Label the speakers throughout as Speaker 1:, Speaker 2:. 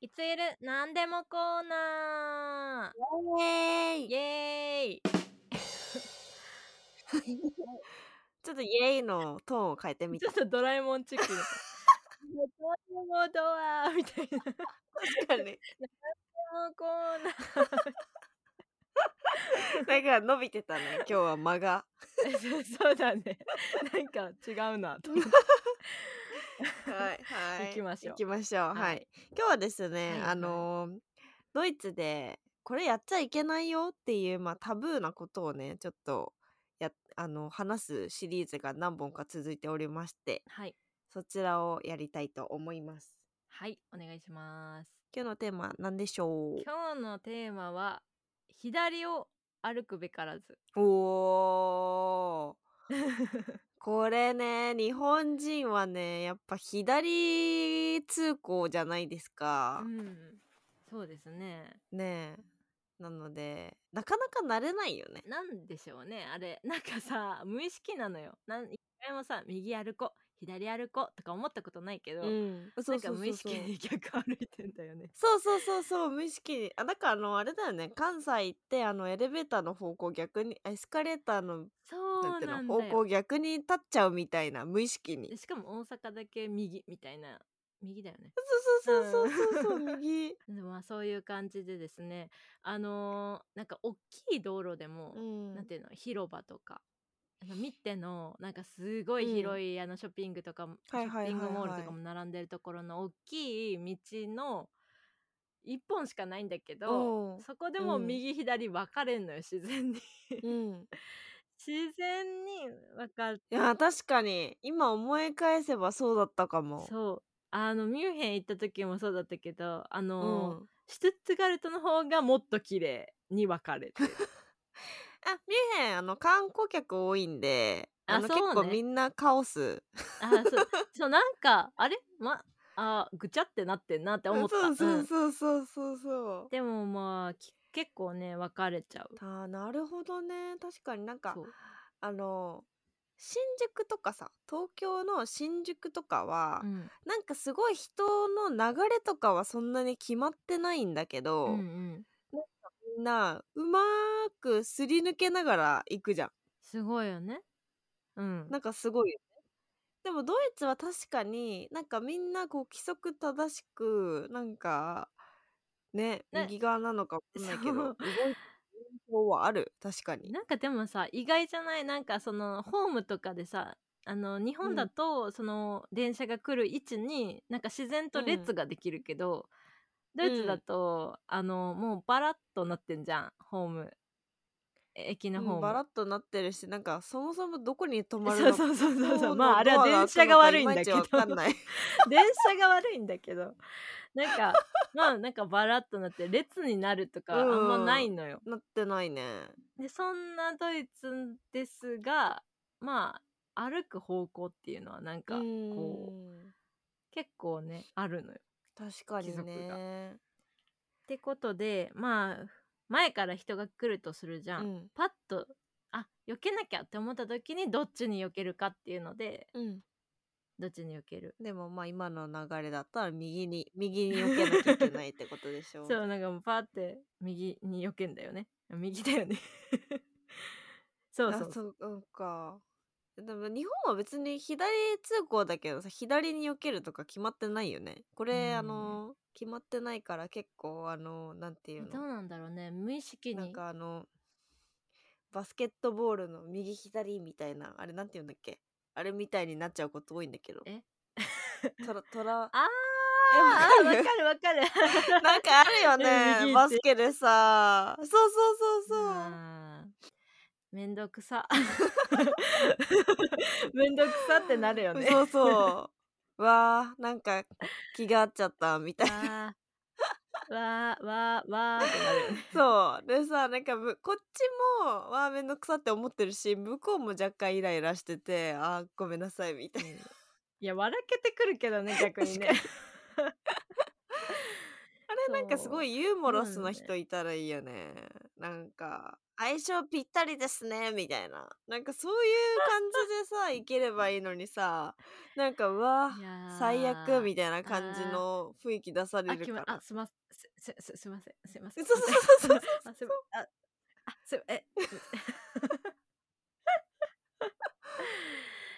Speaker 1: いつゆるなんでもコーナー。
Speaker 2: イエーイ
Speaker 1: イエーイ。
Speaker 2: ちょっとイエーイのトーンを変えてみ
Speaker 1: ちょ
Speaker 2: た
Speaker 1: っ。とドラえもんチック。もうどうにもドアみたいな。
Speaker 2: 確かに。
Speaker 1: もうコーナー。
Speaker 2: なんか伸びてたね、今日は間が。
Speaker 1: そうそうだね。なんか違うなと思って。
Speaker 2: はいは
Speaker 1: 行きましょう
Speaker 2: 行きましょう。はい。
Speaker 1: はい
Speaker 2: 今日はですね、
Speaker 1: はい
Speaker 2: あのードイツでこれやっちゃいけないよっていうまあタブーなことをね、ちょっとやあの話すシリーズが何本か続いておりまして、
Speaker 1: はい。
Speaker 2: そちらをやりたいと思います。
Speaker 1: はい、お願いします。
Speaker 2: 今日のテーマは何でしょ
Speaker 1: 今日のテーマは左を歩くべからず。
Speaker 2: う。おー。これね日本人はねやっぱ左通行じゃないですか
Speaker 1: う、ん。そうですね。
Speaker 2: ねえなのでなかなか慣れないよね
Speaker 1: なんでしょうねあれなんかさ無意識なのよなん一回もさ右歩こう左歩こうとか思ったことないけど、
Speaker 2: んそ
Speaker 1: な
Speaker 2: うん
Speaker 1: か
Speaker 2: そう
Speaker 1: 無
Speaker 2: そう
Speaker 1: 意
Speaker 2: そう
Speaker 1: 識に逆歩いてんだよ ね
Speaker 2: そうそうそうそう無意識にあだからあのあれだよね関西行ってあのエレベーターの方向逆にエスカレーターの
Speaker 1: そう
Speaker 2: てい
Speaker 1: なん
Speaker 2: う
Speaker 1: だ
Speaker 2: の方
Speaker 1: よ
Speaker 2: 向逆に立っちゃうみたいな無意識に
Speaker 1: でしかも大阪だけ右みたいな右だよね
Speaker 2: そうそうそうそうそうそ
Speaker 1: う
Speaker 2: う、
Speaker 1: ん
Speaker 2: 右
Speaker 1: でまあそういう感じでですねあのーなんか大きい道路でも、
Speaker 2: うん
Speaker 1: なんていうの広場とかあの見てのなんかすごい広い、あのショッピングとかもシ
Speaker 2: は
Speaker 1: ョ
Speaker 2: いは
Speaker 1: ッ
Speaker 2: いはいはい
Speaker 1: ピングモールとかも並んでるところの大きい道の一本しかないんだけ
Speaker 2: お
Speaker 1: ど
Speaker 2: う
Speaker 1: そこでも
Speaker 2: うん
Speaker 1: 右左分かれんのよ自然に
Speaker 2: うん
Speaker 1: 自然に分かる
Speaker 2: いや確かに今思い返せばそうだったかも。
Speaker 1: そうあのミュンヘン行った時もそうだったけどあ
Speaker 2: う
Speaker 1: のー
Speaker 2: ん、あ
Speaker 1: シュツッツガルトの方がもっと綺麗に分かれてる
Speaker 2: ミュンヘンあの観光客多いんであ
Speaker 1: あ
Speaker 2: の、
Speaker 1: そうね
Speaker 2: 結構みんなカオス
Speaker 1: あー そうそうなんかあれまあーぐちゃってなってんなって思った
Speaker 2: そうそ
Speaker 1: うん
Speaker 2: うそうそうそうそう。
Speaker 1: でもまあき結構ね分かれちゃう
Speaker 2: あーなるほどね確かになんか
Speaker 1: そう
Speaker 2: あの新宿とかさ東京の新宿とかは、
Speaker 1: うん
Speaker 2: なんかすごい人の流れとかはそんなに決まってないんだけど、
Speaker 1: うんうん
Speaker 2: みんなうまーくすり抜けながら行くじゃん。
Speaker 1: すごいよねうん
Speaker 2: なんかすごいよね。でもドイツは確かになんかみんなこう規則正しくなんかね
Speaker 1: ね
Speaker 2: 右側なのかわかんないけど
Speaker 1: そ
Speaker 2: 動
Speaker 1: う
Speaker 2: いてる印象はある確かに。
Speaker 1: なんかでもさ意外じゃないなんかそのホームとかでさあの日
Speaker 2: うん
Speaker 1: 本だと、その電車が来る位置になんか自然と列ができるけど、ドイツだと、あのもうバラッとなってんじゃんホーム駅の
Speaker 2: う
Speaker 1: ホ
Speaker 2: んバ
Speaker 1: ー
Speaker 2: ラ
Speaker 1: ム
Speaker 2: ッ、となってるしなんかそもそもどこ に泊まるの
Speaker 1: そう
Speaker 2: か
Speaker 1: そうそうそうそう
Speaker 2: ど
Speaker 1: まああ
Speaker 2: の
Speaker 1: れは
Speaker 2: ドア
Speaker 1: 電車
Speaker 2: 開く
Speaker 1: が
Speaker 2: のか
Speaker 1: 悪いんだけど
Speaker 2: いまいちわかんない
Speaker 1: 電車が悪いんだけどなんかまあなんかバラッとなって列になるとかあんまないのよ、
Speaker 2: なってな いね
Speaker 1: でそんなドイツですがまあ歩く方向っていうのはなんか
Speaker 2: う
Speaker 1: こ
Speaker 2: ん
Speaker 1: う、結構ねあるのよ。
Speaker 2: 確かに
Speaker 1: 貴族
Speaker 2: ね
Speaker 1: ってことでまあ前から人が来るとするじゃん、
Speaker 2: うん
Speaker 1: パッとあ避けなきゃって思った時にどっちに避けるかっていうので
Speaker 2: うん
Speaker 1: どっちに避ける。
Speaker 2: でもまあ今の流れだったら右に右に避けなきゃいけないってことでし ょ
Speaker 1: そうなんかもうパーって右に避けんだよね右だよね そうそう
Speaker 2: あ
Speaker 1: そう
Speaker 2: そううんかでも日本は別に左通行だけどさ左に避けるとか決まってないよねこれ、
Speaker 1: うん
Speaker 2: あの決まってないから結構あのなんていう
Speaker 1: ど
Speaker 2: の
Speaker 1: うなんだろうね無意識
Speaker 2: なん
Speaker 1: に
Speaker 2: かあのバスケットボールの右左みたいなあれなんていうんだっけあれみたいになっちゃうこと多いんだけど
Speaker 1: え
Speaker 2: トラトラ
Speaker 1: あ
Speaker 2: えわ
Speaker 1: あ
Speaker 2: か
Speaker 1: ー
Speaker 2: る
Speaker 1: わかるわかる
Speaker 2: なんかあるよ
Speaker 1: 右左
Speaker 2: ねバスケでさそうそうそうそう、
Speaker 1: あーめんどくさ めんどくさってなるよね
Speaker 2: そ うそう。わあ、なんか気が合っちゃったみたいな。
Speaker 1: わーわーわーわーってなるよね
Speaker 2: そう。でさ、なんかむこっちも、わあ、めんどくさって思ってるし、向こうも若干イライラしてて、あーごめんなさいみたいな。
Speaker 1: いや笑けてくるけどね逆にね
Speaker 2: 確あれなんかすご
Speaker 1: い
Speaker 2: いユーモラス
Speaker 1: そうな
Speaker 2: なん
Speaker 1: だよ
Speaker 2: 人いたらいいよね。なんか、相性ぴったりですね、みたいな。なんかそういう感じでさ、いければいいのにさ、なんか、うわ、最悪、み
Speaker 1: た
Speaker 2: たいな感じの雰囲気出され
Speaker 1: あ
Speaker 2: る
Speaker 1: きま
Speaker 2: か
Speaker 1: あ
Speaker 2: ら。
Speaker 1: すいませんすすすいませんすいません
Speaker 2: そうそうそうそう
Speaker 1: あすいませんああすいませんえ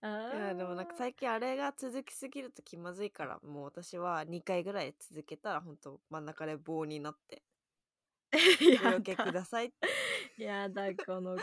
Speaker 1: あ
Speaker 2: い
Speaker 1: ー
Speaker 2: やでもなんか最近あれが続きすぎると気まずいからもう私は2回ぐらい続けたら本当真ん中で棒になって「お
Speaker 1: や
Speaker 2: よけく
Speaker 1: だ
Speaker 2: ださい」って
Speaker 1: やだこの子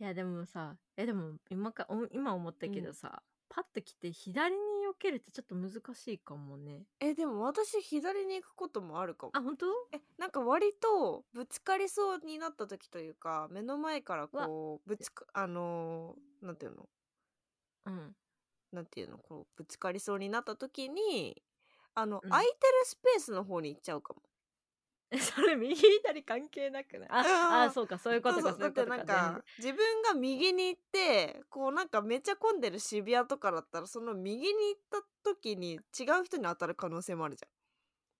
Speaker 1: いやでもさえでも今かお今思ったけ
Speaker 2: う
Speaker 1: ど
Speaker 2: ん
Speaker 1: さ、パッと来て左に避けるってちょっと難しいかもね
Speaker 2: えでも私左に行くこともあるかも
Speaker 1: あ本当
Speaker 2: えなんか割とぶつかりそうになった時というか目の前からこうぶつかあのーなんていうの
Speaker 1: うん
Speaker 2: なんていうのこうぶつかりそうになった時にあの、
Speaker 1: うん
Speaker 2: 空いてるスペースの方に行っちゃうかも
Speaker 1: えそれ右左関係なくないあ
Speaker 2: うん
Speaker 1: あそうかそういうこと
Speaker 2: そ
Speaker 1: か
Speaker 2: う
Speaker 1: そ
Speaker 2: そう
Speaker 1: ういう
Speaker 2: だ
Speaker 1: こ
Speaker 2: って
Speaker 1: とか
Speaker 2: なんか自分が右に行ってこうなんかめっちゃ混んでる渋谷とかだったらその右に行った時に違う人に当たる可能性もあるじ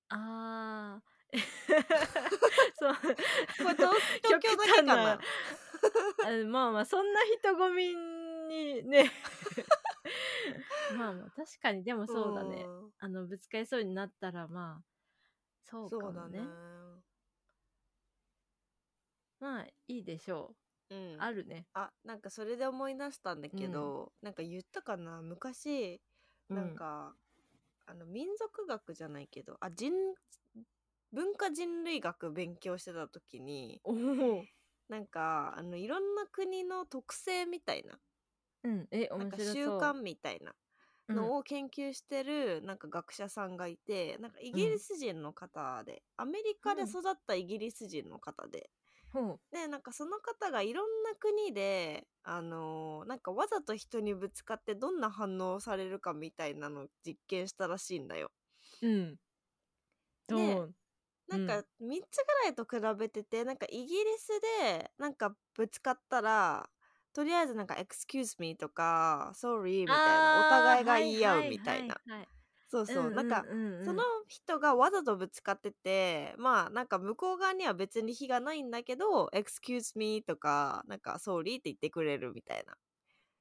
Speaker 1: あー そう
Speaker 2: ゃん。これ東 東京だけか な
Speaker 1: 極端なあまあまあそんな人混みにね まあまあ確かにでもそうだね、
Speaker 2: ん
Speaker 1: あのぶつかりそうになったらまあそう
Speaker 2: そ
Speaker 1: か
Speaker 2: うだ
Speaker 1: も
Speaker 2: ね
Speaker 1: ね。まあいいでしょ
Speaker 2: うん
Speaker 1: う、あるね
Speaker 2: あなんかそれで思い出したんだけど、なんか言ったかな昔なんか、あの民族学じゃないけどあ人文化人類学勉強してた時に
Speaker 1: おお
Speaker 2: なんかあのいろんな国の特性みたいな
Speaker 1: うんえ
Speaker 2: なん
Speaker 1: 面
Speaker 2: か
Speaker 1: 白そう
Speaker 2: 習慣みたいな
Speaker 1: うん
Speaker 2: のを研究してるなんか学者さんがいて、なんかイギリス人の方でアメリカで
Speaker 1: うん
Speaker 2: 育ったイギリス人の方で、
Speaker 1: ほう
Speaker 2: でなんかその方がいろんな国であのーなんかわざと人にぶつかってどんな反応をされるかみたいなのを実験したらしいんだよ。
Speaker 1: うんどう
Speaker 2: なんか3つぐらいと比べててなんかイギリスでなんかぶつかったらとりあえずなんか「excuse me」とか「sorry」みたいなお互いが言い合うみたいな。そうそう、なんかその人がわざとぶつかっててまあなんか向こう側には別に非がないんだけど「excuse me」とか「なんか sorry」って言ってくれるみたいな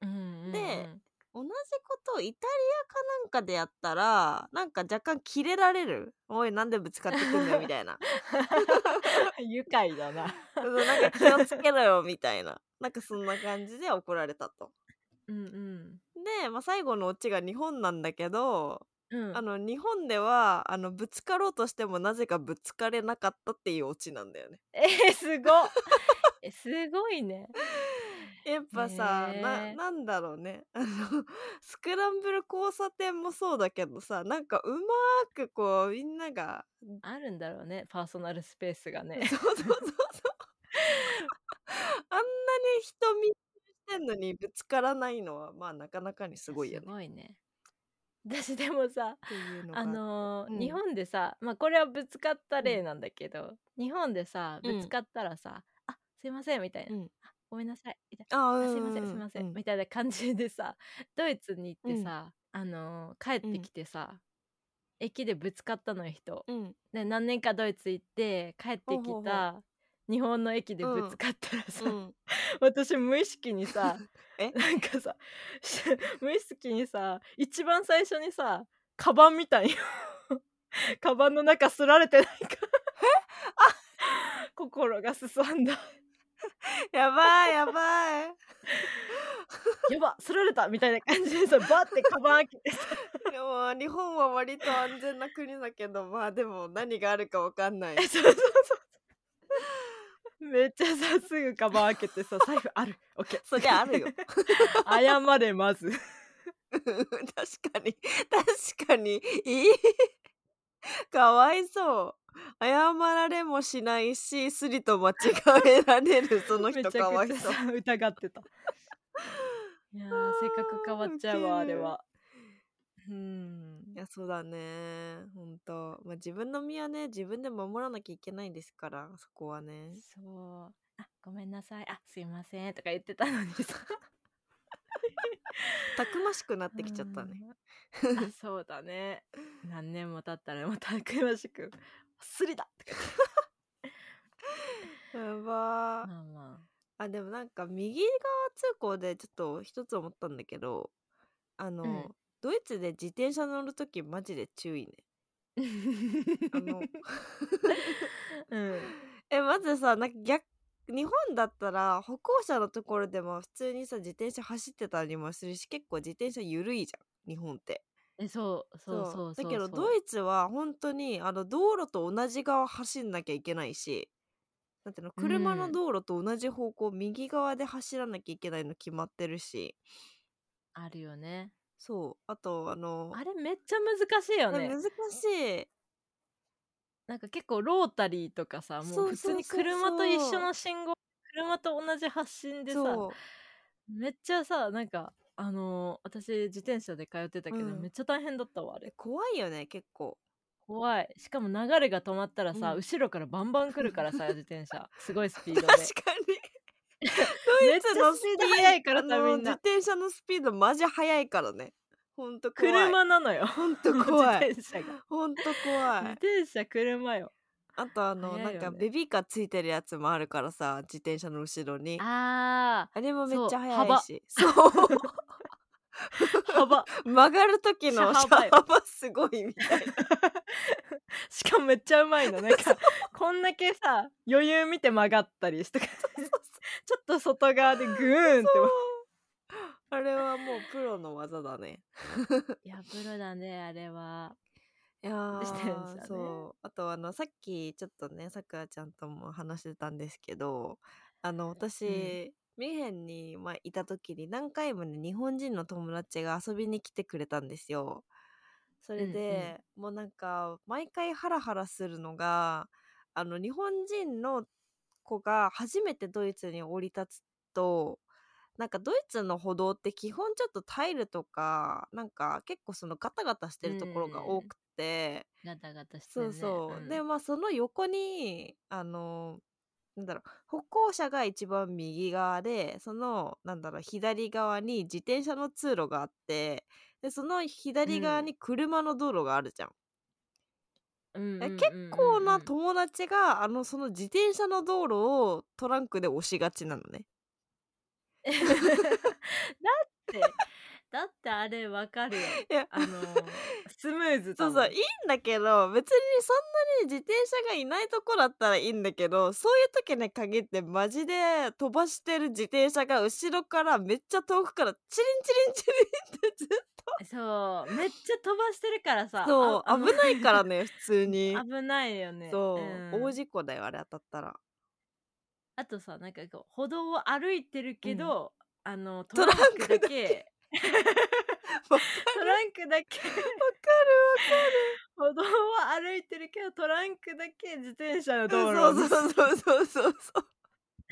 Speaker 2: で 同じことをイタリアかなんかでやったらなんか若干キレられる「おいなんでぶつかってくんだよ」みたいな
Speaker 1: 愉快だな
Speaker 2: 「そうなんか気をつけろよ」みたいななんかそんな感じで怒られたと。
Speaker 1: うん
Speaker 2: で、まあ、最後のオチが日本なんだけど
Speaker 1: うんうん
Speaker 2: あの日本ではあのぶつかろうとしてもなぜかぶつかれなかったっていうオチなんだよね。
Speaker 1: えー、すごっ えすごいね
Speaker 2: やっぱさ、
Speaker 1: へ
Speaker 2: な
Speaker 1: ー
Speaker 2: なんだろうね あのスクランブル交差点もそうだけどさなんかうまーくこうみんなが
Speaker 1: あるんだろうねパーソナルスペースがね
Speaker 2: そうそうそうそうあんなに人見してんのにぶつからないのはまあなかなかにすごいよ
Speaker 1: す
Speaker 2: ね。
Speaker 1: ごいね私でもさ
Speaker 2: っていうのが
Speaker 1: あのー
Speaker 2: うん
Speaker 1: 日本でさ、まあ、これはぶつかった
Speaker 2: うん
Speaker 1: 例なんだけど、日本でさ
Speaker 2: うん
Speaker 1: ぶつかったらさ「あすいません」みたいな「
Speaker 2: うん
Speaker 1: あごめんなさい」みたい
Speaker 2: あ
Speaker 1: な「
Speaker 2: ー
Speaker 1: あ
Speaker 2: う
Speaker 1: す
Speaker 2: ん
Speaker 1: いません
Speaker 2: うん
Speaker 1: すいませ」
Speaker 2: うんん
Speaker 1: みたいな感じでさドイツに行ってさ、あのー帰ってきてさ、駅でぶつかったのよ人
Speaker 2: うん
Speaker 1: で何年かドイツ行って帰ってき
Speaker 2: ほうほう
Speaker 1: た日本の駅でぶつかったらさ、
Speaker 2: うん
Speaker 1: 私無意識にさ
Speaker 2: え
Speaker 1: なんかさ し無意識にさ一番最初にさカバンみたいよ カバンの中すられてないかあ 心がすさんだ
Speaker 2: やばいやばい
Speaker 1: やばすられたみたいな感じでさバってカバン開けてさ
Speaker 2: でも日本は割と安全な国だけどまあでも何があるかわかん ない
Speaker 1: えそうそうそうめっちゃさすぐカバン開けてさ財布あるオッケー
Speaker 2: そりゃあるよ
Speaker 1: 謝れまず
Speaker 2: 確かに確かにいいかわいそう謝られもしないしすりと間違えられるそ の
Speaker 1: めち
Speaker 2: 人
Speaker 1: ゃくち
Speaker 2: かわい
Speaker 1: ゃ
Speaker 2: そう
Speaker 1: さ疑って たいやー性格変わっちゃうわあ
Speaker 2: ウケ
Speaker 1: れ
Speaker 2: る
Speaker 1: はうん
Speaker 2: いやそうだねほんと、まあ、自分の身はね自分で守らなきゃいけないんですからそこはね
Speaker 1: そうあごめんなさいあすいませんとか言ってたのに さ
Speaker 2: たくましくなってきちゃったね
Speaker 1: うんあそうだね何年も経ったらまた詳しく「すりだ!」とか
Speaker 2: やばー
Speaker 1: まあま
Speaker 2: あでもなんか右側通行でちょっと一つ思ったんだけどあの、
Speaker 1: うん
Speaker 2: ドイツで自転車乗るときマジで注意ね
Speaker 1: あ
Speaker 2: あの
Speaker 1: うん
Speaker 2: えまずさなんか逆日本だったら歩行者のところでも普通にさ自転車走ってたりもするし結構自転車緩いじゃん日本って
Speaker 1: えそうそうそうそう
Speaker 2: だけど
Speaker 1: そう
Speaker 2: ドイツは本当にあの道路と同じ側走んなきゃいけないしなんていうの
Speaker 1: うん
Speaker 2: 車の道路と同じ方向、右側で走らなきゃいけないの決まってるし
Speaker 1: あるよね
Speaker 2: そうあとあの
Speaker 1: あれめっちゃ難しいよね
Speaker 2: 難しい
Speaker 1: なんか結構ロータリーとかさもう普
Speaker 2: そうそう
Speaker 1: 通
Speaker 2: そう
Speaker 1: に
Speaker 2: そう
Speaker 1: 車と一緒の信号車と同じ発進でさ
Speaker 2: そう
Speaker 1: めっちゃさなんかあのー私自転車で通ってたけど、
Speaker 2: うん
Speaker 1: めっちゃ大変だったわあ
Speaker 2: え
Speaker 1: れ
Speaker 2: 怖いよね結構
Speaker 1: 怖いしかも流れが止まったらさ、
Speaker 2: うん
Speaker 1: 後ろからバンバン来るからさ自転車すごい スピード
Speaker 2: 確
Speaker 1: で
Speaker 2: かに
Speaker 1: め
Speaker 2: ド
Speaker 1: っ
Speaker 2: イ
Speaker 1: ちゃ
Speaker 2: ツ
Speaker 1: ス
Speaker 2: の
Speaker 1: ピード速いから
Speaker 2: あ
Speaker 1: さ
Speaker 2: の
Speaker 1: みん
Speaker 2: 自
Speaker 1: な
Speaker 2: 転車のスピードマジ速いからねほんと怖い
Speaker 1: 車 なのよ
Speaker 2: ほんと怖い
Speaker 1: 自転車が
Speaker 2: ほんと怖
Speaker 1: 自
Speaker 2: い
Speaker 1: 転車車よ
Speaker 2: あとあの、
Speaker 1: 早いよ
Speaker 2: な
Speaker 1: ね
Speaker 2: んかベビーカーついてるやつもあるからさ自転車の後ろにあ
Speaker 1: あ
Speaker 2: れもめっち
Speaker 1: そ
Speaker 2: ゃ
Speaker 1: う
Speaker 2: 速いしそう
Speaker 1: ー幅
Speaker 2: 曲がる時の
Speaker 1: 車
Speaker 2: 車
Speaker 1: 幅よ
Speaker 2: 幅すごいみたい
Speaker 1: しかもめっちゃうまいのなんか こんだけさ余裕見て曲がったり してちょっと外側でグーンって
Speaker 2: なあれはもうプロの技だね
Speaker 1: いやプロだねあれはい
Speaker 2: や ー
Speaker 1: 自転車ね
Speaker 2: そうあとあのさっきちょっとねさくらちゃんとも話してたんですけどあの私、ミュンヘンに、まあ、いた時に何回もね日本人の友達が遊びに来てくれたんですよ。それで、もうなんか毎回ハラハラするのがあの日本人の子が初めてドイツに降り立つとなんかドイツの歩道って基本ちょっとタイルとかなんか結構そのガタガタしてるところが多くて、
Speaker 1: ガタガタして
Speaker 2: そうそう、でまあその横にあのなんだろう歩行者が一番右側でそのなんだろう左側に自転車の通路があってでその左側に車の道路があるじゃん、え結構な友達があのその自転車の道路をトランクで押しがちなのね
Speaker 1: だってだってあれわかるよ
Speaker 2: いや
Speaker 1: あのスムーズだ
Speaker 2: そ
Speaker 1: も
Speaker 2: うんそういいんだけど別にそんなに自転車がいないとこだったらいいんだけどそういう時に限ってマジで飛ばしてる自転車が後ろからめっちゃ遠くからチリンチリンチリンってずっ
Speaker 1: そうめっちゃ飛ばしてるからさ
Speaker 2: と
Speaker 1: ああの
Speaker 2: 危ないからね普通 に
Speaker 1: 危ないよね
Speaker 2: そう、
Speaker 1: ん
Speaker 2: 大事故だよあれ当たったら
Speaker 1: あとさなんかこう歩道を歩いてるけど、あのト
Speaker 2: ト
Speaker 1: ラ
Speaker 2: ラ
Speaker 1: ンク
Speaker 2: ンク
Speaker 1: だ
Speaker 2: だけ
Speaker 1: け
Speaker 2: わかる
Speaker 1: トランクだけ 歩道を歩いてるけどトランクだけ自転車の道路
Speaker 2: わかるそうそうそうそうそうそう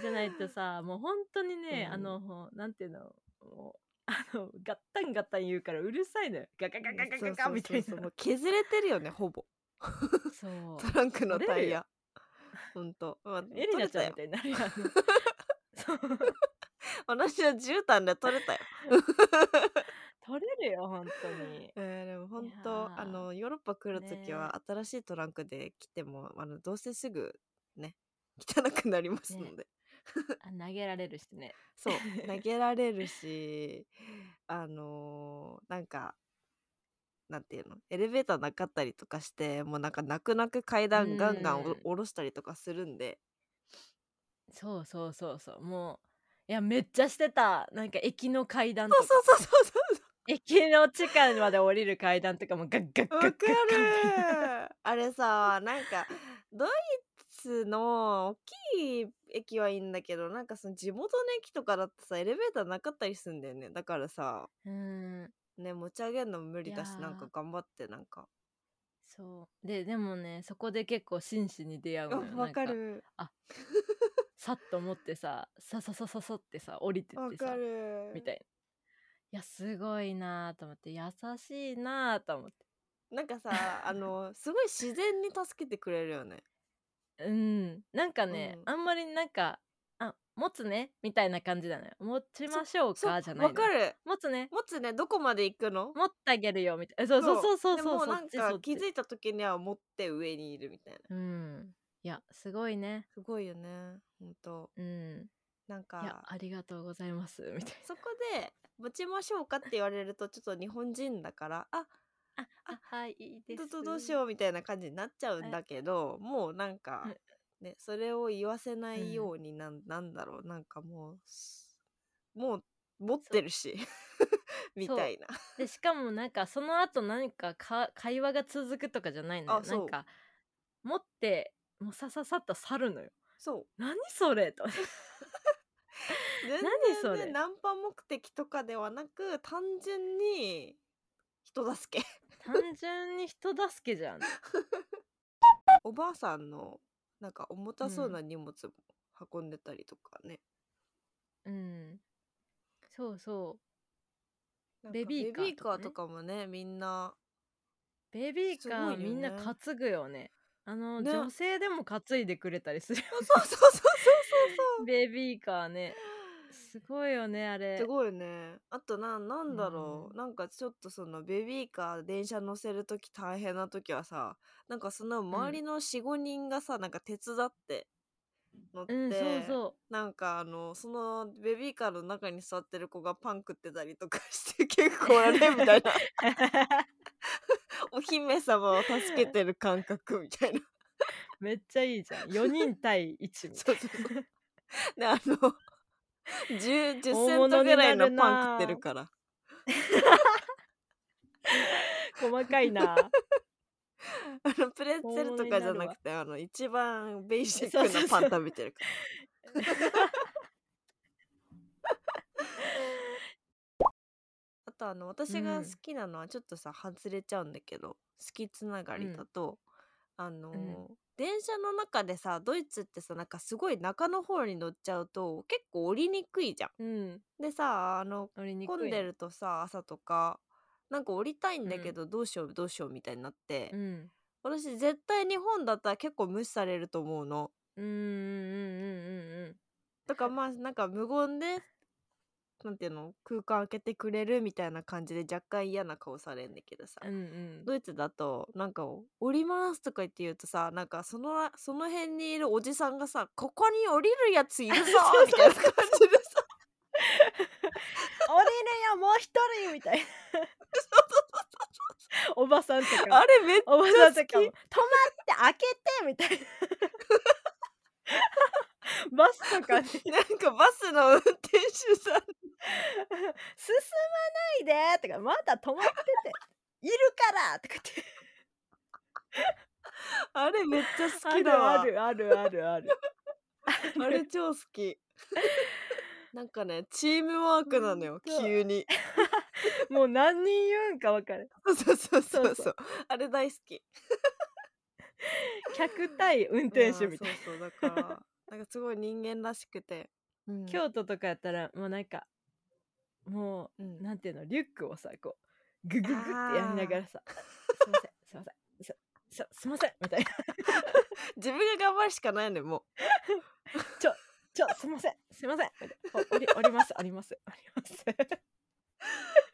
Speaker 1: じゃないとさもう本当にね、
Speaker 2: うん
Speaker 1: あのほうなんていうのもうあのガッタンガッタン言うからうるさいのよガガガガガガガみたい
Speaker 2: そうそうそう
Speaker 1: な
Speaker 2: もう削れてるよねほぼ
Speaker 1: そう
Speaker 2: トランクの
Speaker 1: 取れ
Speaker 2: タ
Speaker 1: るよ
Speaker 2: イヤほんと、まあ、
Speaker 1: エリナちゃんみ
Speaker 2: 取れ
Speaker 1: たいになるやん そう
Speaker 2: たよ私は絨毯で取れたよ
Speaker 1: 取れるよ本当 に
Speaker 2: えー、でも本
Speaker 1: いや
Speaker 2: 当
Speaker 1: ー
Speaker 2: あのヨーロッパ来る
Speaker 1: ね
Speaker 2: 時
Speaker 1: え
Speaker 2: は新しいトランクで来ても、あのどうせすぐね汚くなりますの
Speaker 1: ね
Speaker 2: で、
Speaker 1: あ投げられるしね
Speaker 2: そう投げられ るしあのーなんかなんていうのエレベーターなかったりとかしてもうなんか泣く泣く階段ガンガンお
Speaker 1: う
Speaker 2: ろ
Speaker 1: ん
Speaker 2: 下ろしたりとかするんで
Speaker 1: そうそうそうそうもういやめっちゃしてたなんか駅の階段と
Speaker 2: そ
Speaker 1: か
Speaker 2: うそうそうそう
Speaker 1: 駅の地下まで降りる階段とかもガッガッガ
Speaker 2: わ
Speaker 1: ッ
Speaker 2: か
Speaker 1: ガッ
Speaker 2: る
Speaker 1: ガッみたいな
Speaker 2: あれさなんかドイツの大きい駅はいいんだけどなんかその地元の駅とかだとさエレベーターなかったりするんだよねだからさ
Speaker 1: うーん
Speaker 2: ね持ち上げるのも無理だし
Speaker 1: いやー
Speaker 2: なんか頑張ってなんか
Speaker 1: そうででもねそこで結構真摯に出会うのよ
Speaker 2: あ わか
Speaker 1: なん
Speaker 2: る
Speaker 1: さっと持ってささささささってさ降りてっ
Speaker 2: わ
Speaker 1: てさ
Speaker 2: かる
Speaker 1: みたいないやすごいなーと思って優しいなーと思って
Speaker 2: なんかさ あのすごい自然に助けてくれるよね
Speaker 1: うんなんかね、
Speaker 2: うん
Speaker 1: あんまりなんかあ持つねみたいな感じなのよ持ちましょうかじゃないの
Speaker 2: わかる
Speaker 1: 持つね
Speaker 2: 持つねどこまで行くの
Speaker 1: 持ってあげるよみたいなそうそうそうそう
Speaker 2: で
Speaker 1: そう
Speaker 2: も
Speaker 1: そ
Speaker 2: な
Speaker 1: っ
Speaker 2: ん
Speaker 1: ちそ
Speaker 2: か
Speaker 1: っ
Speaker 2: 気
Speaker 1: ち
Speaker 2: づいた時には持って上にいるみたいな
Speaker 1: うんいやすごいね
Speaker 2: すごいよねほんと
Speaker 1: うん
Speaker 2: なん
Speaker 1: いや
Speaker 2: か
Speaker 1: ありがとうございますみたい
Speaker 2: そこで持ちましょうかって言われるとちょっと日本人だからあ
Speaker 1: なああはいいいで
Speaker 2: ど
Speaker 1: す
Speaker 2: どどうしようみたいな感じになっちゃうんだけどもうなんか、ね、それを言わせないようになん,、なんだろうなんかもうすもう持ってるしみたいな
Speaker 1: でしかもなんかその後何かか会話が続くとかじゃないのよ
Speaker 2: あ
Speaker 1: な
Speaker 2: そうん
Speaker 1: か持ってもうさささっと去るのよ
Speaker 2: そう
Speaker 1: 何それと
Speaker 2: 全
Speaker 1: 何そ
Speaker 2: 然
Speaker 1: れ
Speaker 2: ねナンパ目的とかではなく単純に人助け
Speaker 1: 単純に人助けじゃん
Speaker 2: おばあさんのなんか重たそうな荷物も運んでたりとかね、
Speaker 1: うんそうそう
Speaker 2: なんか
Speaker 1: ベビーカー
Speaker 2: ベビーカー
Speaker 1: と
Speaker 2: と
Speaker 1: か
Speaker 2: かもねみんな
Speaker 1: ベビー
Speaker 2: す
Speaker 1: カ
Speaker 2: ごい
Speaker 1: ー、
Speaker 2: よね
Speaker 1: みんな担ぐよねあの、
Speaker 2: ね
Speaker 1: 女性でも担いでくれたりする
Speaker 2: そうそうそうそうそうそう
Speaker 1: ベビーカーねすごいよねあれ
Speaker 2: すごいねあとななんだろう、
Speaker 1: うん
Speaker 2: なんかちょっとそのベビーカー電車乗せる時大変な時はさなんかその周りの45、人がさなんか手伝って乗って、
Speaker 1: うんそう そう
Speaker 2: なんかあのそのベビーカーの中に座ってる子がパン食ってたりとかして結構あれみた いなお姫様を助けてる感覚みたいな
Speaker 1: めっちゃいいじゃん4人対1みたい
Speaker 2: そ
Speaker 1: うな
Speaker 2: そうそう であの 10, 10セ
Speaker 1: 大
Speaker 2: ン
Speaker 1: 物
Speaker 2: ト
Speaker 1: に
Speaker 2: ぐ
Speaker 1: な
Speaker 2: ら
Speaker 1: る
Speaker 2: い
Speaker 1: な
Speaker 2: のパン食ってるから
Speaker 1: 細かいな
Speaker 2: あのプレッツェルとかじゃなくてあの一番ベーシックなパン食べてるから あとあの私が
Speaker 1: う
Speaker 2: 好
Speaker 1: ん
Speaker 2: きなのはちょっとさ外れちゃうんだけど好きつながりだと、あのー、
Speaker 1: うん
Speaker 2: 電車の中でさドイツってさなんかすごい中の方に乗っちゃうと結構降りにくいじゃ
Speaker 1: う
Speaker 2: ん。
Speaker 1: ん
Speaker 2: でさあの
Speaker 1: 乗りにくいね
Speaker 2: 混んでるとさ朝とかなんか降りたいんだけど、どうしようどうしようみたいになって、
Speaker 1: うん
Speaker 2: 私絶対日本だったら結構無視されると思うの。
Speaker 1: うんうん
Speaker 2: とかまあなんか無言でなんていうの空間開けてくれるみたいな感じで若干嫌な顔されるんだけどさ、
Speaker 1: うんうんうんうん
Speaker 2: ドイツだとなんか「降ります」とか言って言うとさなんかそのその辺にいるおじさんがさ「ここに降りるやつい るぞ」みたいな感じでさ
Speaker 1: 降りるよもう一人みたいな おばさんとか
Speaker 2: あれめっち
Speaker 1: おばさんと
Speaker 2: ゃ
Speaker 1: かも止まっ
Speaker 2: 好
Speaker 1: て開けてみたいな バスとかね
Speaker 2: き なんかバスの運転手さ
Speaker 1: 進ま
Speaker 2: ん
Speaker 1: ないでとかまだ止まってているからとかって
Speaker 2: あれめっちゃ好
Speaker 1: あ
Speaker 2: き
Speaker 1: る
Speaker 2: だわ
Speaker 1: あるあるあるある
Speaker 2: あれ超好 きなんかねチームワークなのよ
Speaker 1: ほんと
Speaker 2: 急 に
Speaker 1: もう何人言うんか分かる
Speaker 2: そうそうそう
Speaker 1: そ
Speaker 2: そうう
Speaker 1: そ
Speaker 2: そうあれ大好き
Speaker 1: 客対運転手みたいな
Speaker 2: やーそうそうだからなんかすごい人間らしくて、うん
Speaker 1: 京都とかやったらもうなんかも
Speaker 2: う
Speaker 1: うんなんていうのリュックをさこうグググってやりながらさ「すいませんすいませんすすすいません」みたいな
Speaker 2: 自分が頑張るしかないのよも
Speaker 1: 「ちょすいませんすいません」みたいなおおりおりますおりますおります」
Speaker 2: う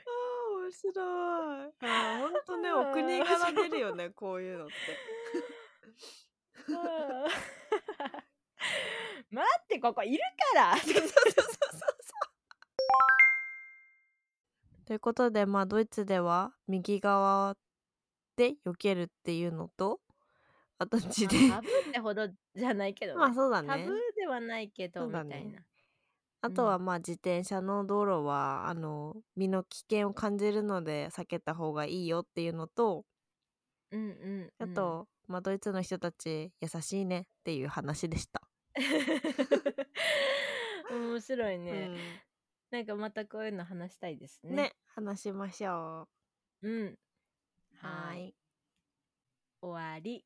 Speaker 2: あ面白いあーほんとね
Speaker 1: あー
Speaker 2: お国柄出るよねこういうのって
Speaker 1: あー 待ってここいるから
Speaker 2: ということでまあドイツでは右側で避けるっていうのとあと自転
Speaker 1: まあタブーってほどじゃないけどね、
Speaker 2: まあそうだ
Speaker 1: タ
Speaker 2: ね
Speaker 1: ブーではないけど
Speaker 2: そう
Speaker 1: み
Speaker 2: だ
Speaker 1: た
Speaker 2: ね
Speaker 1: いな
Speaker 2: あとはまあ自転車の道路はあの身の危険を感じるので避けた方がいいよっていうのと、
Speaker 1: うんうん、う
Speaker 2: あ
Speaker 1: ん、
Speaker 2: と、まあ、ドイツの人たち優しいねっていう話でした。
Speaker 1: 面白いね、
Speaker 2: ね,、
Speaker 1: なんかまたこういうの話したいですね。
Speaker 2: ね話しましょう。
Speaker 1: うん。はーい。終わり。